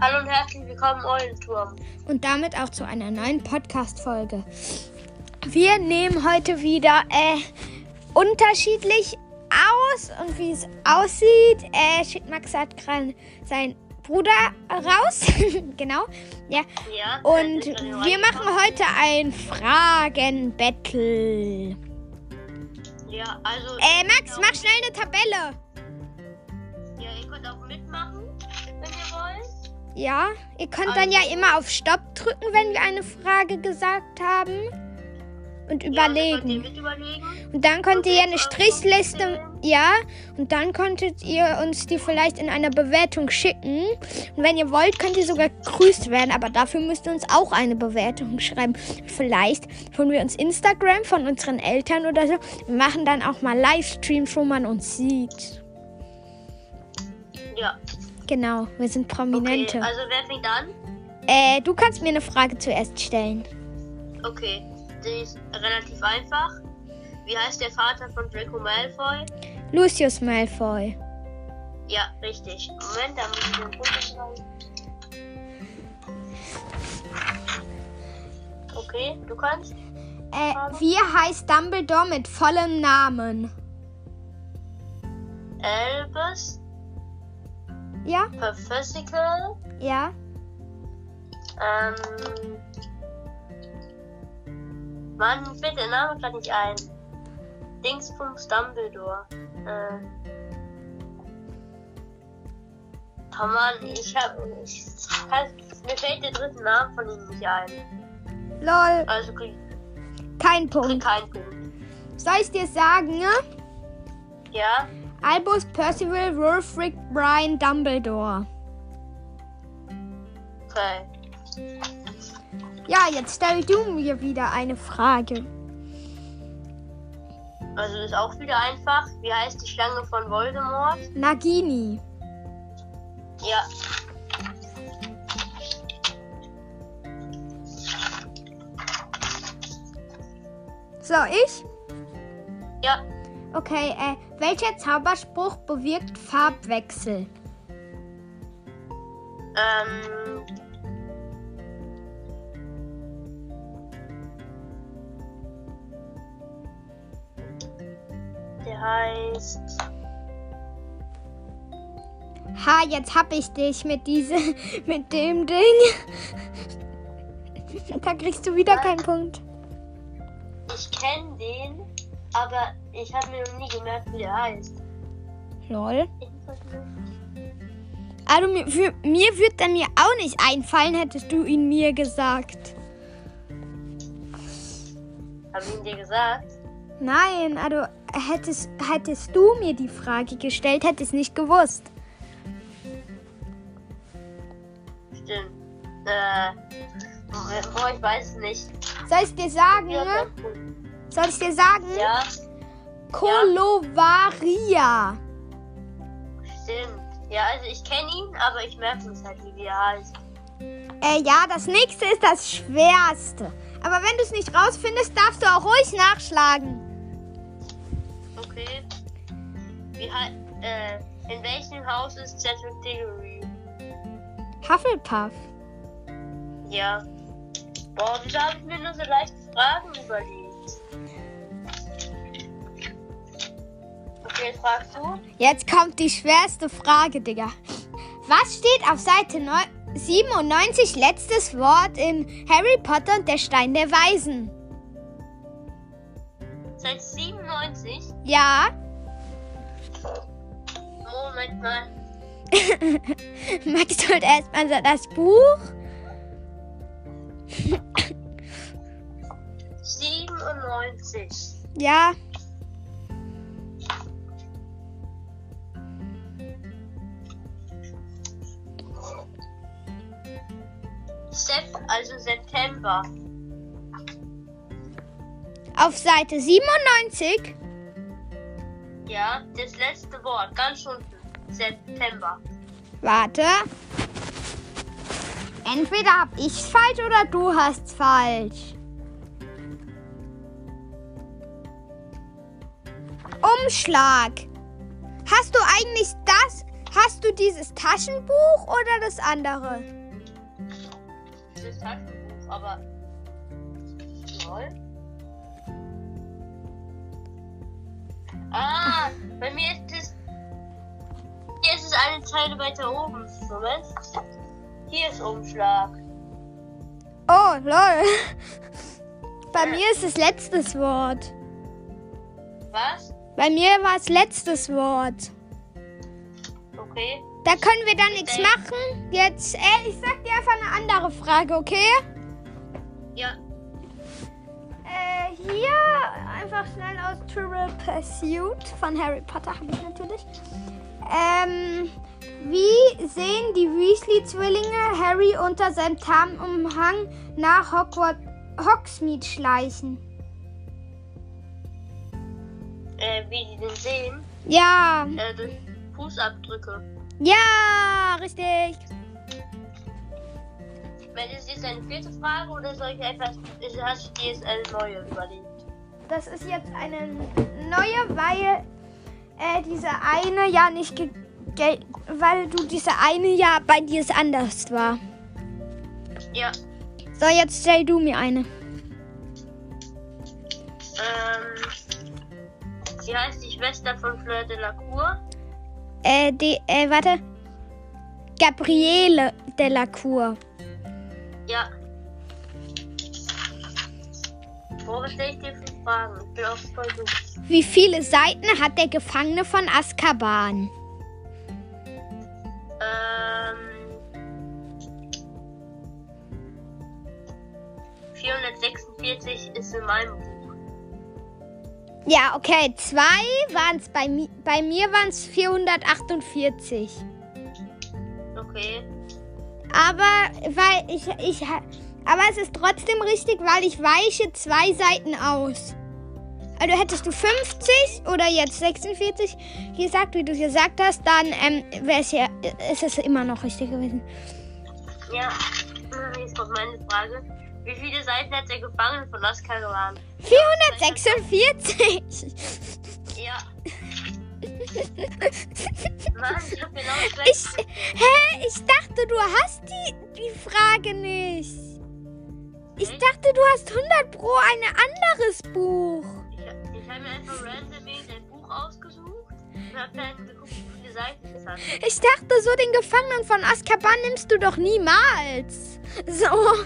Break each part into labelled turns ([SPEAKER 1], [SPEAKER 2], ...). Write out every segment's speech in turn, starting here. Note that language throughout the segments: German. [SPEAKER 1] Hallo und herzlich willkommen, Eulenturm.
[SPEAKER 2] und damit auch zu einer neuen Podcast-Folge. Wir nehmen heute wieder äh, unterschiedlich aus und wie es aussieht. Äh, schickt Max hat gerade seinen Bruder raus. genau. Ja.
[SPEAKER 1] Ja,
[SPEAKER 2] Und
[SPEAKER 1] das ist eine
[SPEAKER 2] wir machen heute ein Fragen-Battle.
[SPEAKER 1] Ja, also.
[SPEAKER 2] Äh, Max, mach schnell eine Tabelle.
[SPEAKER 1] Ja, ihr könnt auch mitmachen, wenn ihr wollt.
[SPEAKER 2] Ja, ihr könnt dann ja immer auf Stopp drücken, wenn wir eine Frage gesagt haben. Und
[SPEAKER 1] Ja, dann könnt ihr
[SPEAKER 2] überlegen.
[SPEAKER 1] mit überlegen.
[SPEAKER 2] Und dann könnt ihr ja eine Strichliste, ja, und dann könntet ihr uns die vielleicht in einer Bewertung schicken. Und wenn ihr wollt, könnt ihr sogar gegrüßt werden, aber dafür müsst ihr uns auch eine Bewertung schreiben. Vielleicht von wir uns Instagram, von unseren Eltern oder so. Wir machen dann auch mal Livestreams, wo man uns sieht.
[SPEAKER 1] Ja.
[SPEAKER 2] Genau, wir sind
[SPEAKER 1] Okay,
[SPEAKER 2] Prominente.
[SPEAKER 1] also wer fängt an?
[SPEAKER 2] Äh, du kannst mir eine Frage zuerst stellen.
[SPEAKER 1] Okay, die ist relativ einfach. Wie heißt der Vater von Draco Malfoy?
[SPEAKER 2] Lucius Malfoy.
[SPEAKER 1] Ja, richtig. Moment, da muss ich den runterschreiben. Okay, du kannst.
[SPEAKER 2] Äh, wie heißt Dumbledore mit vollem Namen?
[SPEAKER 1] Albus,
[SPEAKER 2] Ja?
[SPEAKER 1] Physical,
[SPEAKER 2] Ja?
[SPEAKER 1] Ähm. Mann, mir fällt der Name gerade nicht ein. Dingsbums Dumbledore. Äh. Oh Mann, ich hab. Ich, kann- mir fällt der dritte Name von ihm nicht ein.
[SPEAKER 2] Lol.
[SPEAKER 1] Also krieg,
[SPEAKER 2] Kein
[SPEAKER 1] krieg
[SPEAKER 2] Punkt.
[SPEAKER 1] keinen Punkt.
[SPEAKER 2] Soll ich dir sagen, ne?
[SPEAKER 1] Ja?
[SPEAKER 2] Albus Percival Wulfric Brian Dumbledore.
[SPEAKER 1] Okay.
[SPEAKER 2] Ja, jetzt stell du mir wieder eine Frage.
[SPEAKER 1] Also ist auch wieder einfach. Wie heißt die Schlange von Voldemort?
[SPEAKER 2] Nagini.
[SPEAKER 1] Ja.
[SPEAKER 2] So, ich?
[SPEAKER 1] Ja.
[SPEAKER 2] Okay, äh, welcher Zauberspruch bewirkt Farbwechsel?
[SPEAKER 1] Ähm. Der heißt.
[SPEAKER 2] Ha, jetzt hab ich dich mit diese, mit dem Ding. Da kriegst du wieder keinen Punkt.
[SPEAKER 1] Ich kenne den, aber ich habe mir noch nie gemerkt, wie der heißt.
[SPEAKER 2] Lol. Also mir, für, mir wird er mir auch nicht einfallen, hättest du ihn mir gesagt.
[SPEAKER 1] Hab ich ihn dir gesagt?
[SPEAKER 2] Nein, also hättest, hättest du mir die Frage gestellt, hätte ich es nicht gewusst.
[SPEAKER 1] Stimmt. Äh. Boah, ich weiß es nicht.
[SPEAKER 2] Soll ich dir sagen,
[SPEAKER 1] Ja,
[SPEAKER 2] ne?
[SPEAKER 1] doch, gut.
[SPEAKER 2] Soll ich dir sagen?
[SPEAKER 1] ja
[SPEAKER 2] Kolovaria.
[SPEAKER 1] stimmt. Ja, also ich kenne ihn, aber ich merke es halt, nie, wie er heißt.
[SPEAKER 2] Äh, ja, das nächste ist das schwerste. Aber wenn du es nicht rausfindest, darfst du auch ruhig nachschlagen.
[SPEAKER 1] Okay. Wie hei- äh, in welchem Haus ist Cedric Diggory?
[SPEAKER 2] Hufflepuff.
[SPEAKER 1] Ja. Boah, wieso habe ich mir nur so leichte Fragen überlegt? Okay, fragst du?
[SPEAKER 2] Jetzt kommt die schwerste Frage, Digga. Was steht auf Seite neu- 97 letztes Wort in Harry Potter und der Stein der Weisen?
[SPEAKER 1] Seit 97?
[SPEAKER 2] Ja,
[SPEAKER 1] Moment mal.
[SPEAKER 2] Max holt erstmal so das Buch.
[SPEAKER 1] 97.
[SPEAKER 2] Ja,
[SPEAKER 1] Sep also September.
[SPEAKER 2] auf Seite 97.
[SPEAKER 1] Ja, das letzte Wort, ganz unten. September.
[SPEAKER 2] Warte. Entweder hab ich's falsch oder du hast's falsch. Umschlag. Hast du eigentlich das Hast du dieses Taschenbuch oder das andere?
[SPEAKER 1] Das Taschenbuch, halt aber. Lol. Ah, bei mir ist es. Hier ist es eine Zeile weiter oben. Moment. Hier ist Umschlag.
[SPEAKER 2] Oh, lol. Bei mir ist es letztes Wort.
[SPEAKER 1] Was?
[SPEAKER 2] Bei mir war es letztes Wort.
[SPEAKER 1] Okay.
[SPEAKER 2] Da können wir dann nichts machen. Jetzt, ey, ich sag dir einfach eine andere Frage, okay?
[SPEAKER 1] Ja.
[SPEAKER 2] Äh, hier einfach schnell aus Trivial Pursuit von Harry Potter habe ich natürlich. Ähm, wie sehen die Weasley-Zwillinge Harry unter seinem Tarnumhang nach Hogwarts Hogsmeade schleichen?
[SPEAKER 1] Äh, wie die den sehen.
[SPEAKER 2] Ja,
[SPEAKER 1] Äh, durch Fußabdrücke.
[SPEAKER 2] ja, richtig.
[SPEAKER 1] Wenn es jetzt eine vierte Frage oder soll ich einfach. ist- Hast du dir jetzt eine neue überlegt?
[SPEAKER 2] Das ist jetzt eine neue, weil äh, diese eine ja nicht ge ge weil du diese eine ja bei dir es anders war.
[SPEAKER 1] Ja.
[SPEAKER 2] So, jetzt stell du mir eine.
[SPEAKER 1] Ähm. Sie heißt die Schwester von Fleur de la Cour.
[SPEAKER 2] Äh, die, äh, warte. Gabriele Delacour.
[SPEAKER 1] Ja. Worüber stelle ich dir für Fragen? Ich bin auch voll gut.
[SPEAKER 2] Wie viele Seiten hat der Gefangene von Azkaban?
[SPEAKER 1] Ähm. 446 ist in meinem Buch.
[SPEAKER 2] Ja, okay, zwei waren es bei mir. Bei mir waren es 448.
[SPEAKER 1] Okay.
[SPEAKER 2] Aber weil ich, ich ha- aber es ist trotzdem richtig, weil ich weiche zwei Seiten aus. Also hättest du 50 oder jetzt 46 gesagt, wie du es gesagt hast, dann ähm, wäre es ja, ist es immer noch richtig gewesen.
[SPEAKER 1] Ja. Hm, Jetzt kommt meine Frage. Wie viele Seiten hat der Gefangene von Oscar gewarnt?
[SPEAKER 2] 446.
[SPEAKER 1] Ja. Mann, ich hab genau das
[SPEAKER 2] Ich,
[SPEAKER 1] gleiche.
[SPEAKER 2] hä? Ich dachte, du hast die, die Frage nicht. Ich
[SPEAKER 1] Echt?
[SPEAKER 2] dachte, du hast 100 Pro ein anderes Buch.
[SPEAKER 1] Ich, hab- ich habe mir einfach random ein Buch ausgesucht und habe dann geguckt, wie viele Seiten es hat.
[SPEAKER 2] Ich dachte, so den Gefangenen von Azkaban nimmst du doch niemals. So.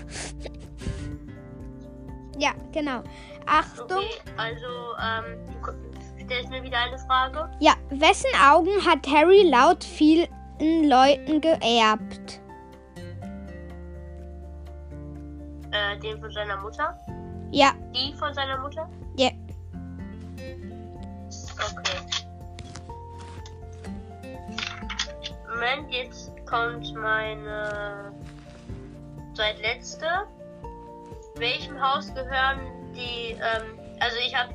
[SPEAKER 2] Ja, genau. Achtung.
[SPEAKER 1] Okay, also, ähm, du ko- stellst mir wieder eine Frage.
[SPEAKER 2] Ja, wessen Augen hat Harry laut vielen Leuten geerbt?
[SPEAKER 1] Äh, den von seiner Mutter.
[SPEAKER 2] Ja,
[SPEAKER 1] Die von seiner Mutter?
[SPEAKER 2] ja.
[SPEAKER 1] Okay. Moment, jetzt kommt meine zweitletzte. Welchem Haus gehören die, ähm, also ich habe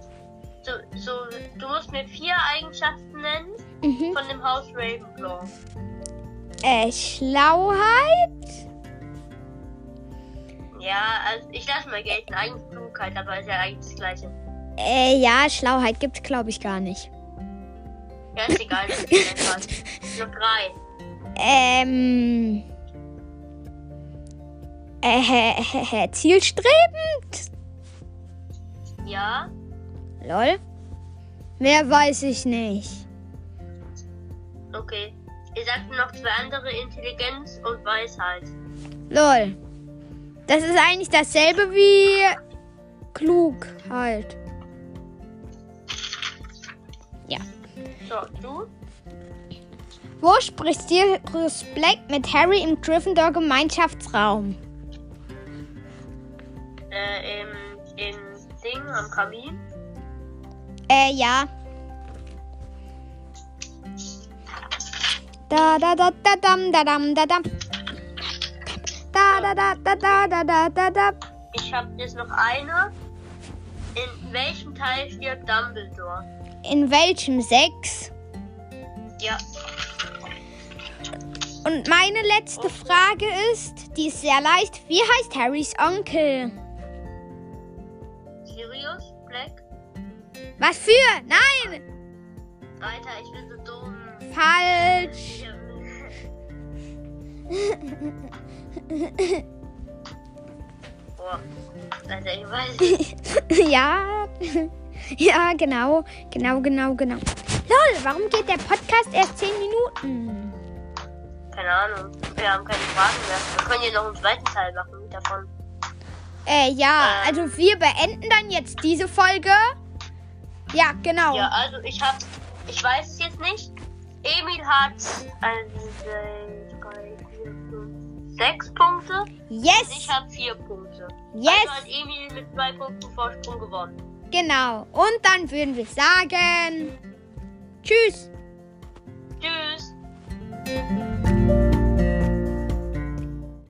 [SPEAKER 1] so, so, du musst mir vier Eigenschaften nennen
[SPEAKER 2] Mhm.
[SPEAKER 1] von dem Haus Ravenclaw.
[SPEAKER 2] Äh, Schlauheit?
[SPEAKER 1] Ja, also ich lasse mal gelten, eigentlich Klugheit, aber ist ja eigentlich das gleiche.
[SPEAKER 2] Äh, ja, Schlauheit gibt's, glaube ich, gar nicht.
[SPEAKER 1] Ja, ist egal, das ist einfach. Noch drei.
[SPEAKER 2] Ähm. Äh, hä, hä, hä, zielstrebend?
[SPEAKER 1] Ja,
[SPEAKER 2] Lol. Mehr weiß ich nicht.
[SPEAKER 1] okay. Ihr sagt noch zwei andere, Intelligenz und Weisheit.
[SPEAKER 2] Lol. Das ist eigentlich dasselbe wie klug halt.
[SPEAKER 1] So, du?
[SPEAKER 2] Wo spricht Sirius Black mit Harry im Gryffindor Gemeinschaftsraum?
[SPEAKER 1] Äh, im, im Ding am Kamin.
[SPEAKER 2] Äh, ja. Da da da da dam da dam da dam. Da da da da da da da da da.
[SPEAKER 1] Ich habe jetzt noch eine. In welchem Teil stirbt Dumbledore?
[SPEAKER 2] In welchem sechs?
[SPEAKER 1] Ja,
[SPEAKER 2] Und meine letzte Frage ist, die ist sehr leicht. Wie heißt Harrys Onkel?
[SPEAKER 1] Sirius, Black.
[SPEAKER 2] Was für? Nein!
[SPEAKER 1] Weiter, ich bin so dumm.
[SPEAKER 2] Falsch.
[SPEAKER 1] Ich, ähm, Boah. Alter, ich weiß nicht.
[SPEAKER 2] ja. Ja, genau. Genau, genau, genau. Lol, warum geht der Podcast erst 10 Minuten?
[SPEAKER 1] Keine Ahnung. Wir haben keine Fragen mehr. Wir können hier noch einen zweiten Teil machen davon.
[SPEAKER 2] Äh, ja, also wir beenden dann jetzt diese Folge. Ja, genau.
[SPEAKER 1] Ja, also ich hab. Ich weiß es jetzt nicht. Emil hat also, äh, drei, vier, fünf, sechs Punkte.
[SPEAKER 2] Yes,
[SPEAKER 1] Ich habe vier Punkte. Also hat
[SPEAKER 2] yes,
[SPEAKER 1] Emil mit zwei Punkten Vorsprung gewonnen.
[SPEAKER 2] genau. Und dann würden wir sagen, tschüss.
[SPEAKER 1] Tschüss.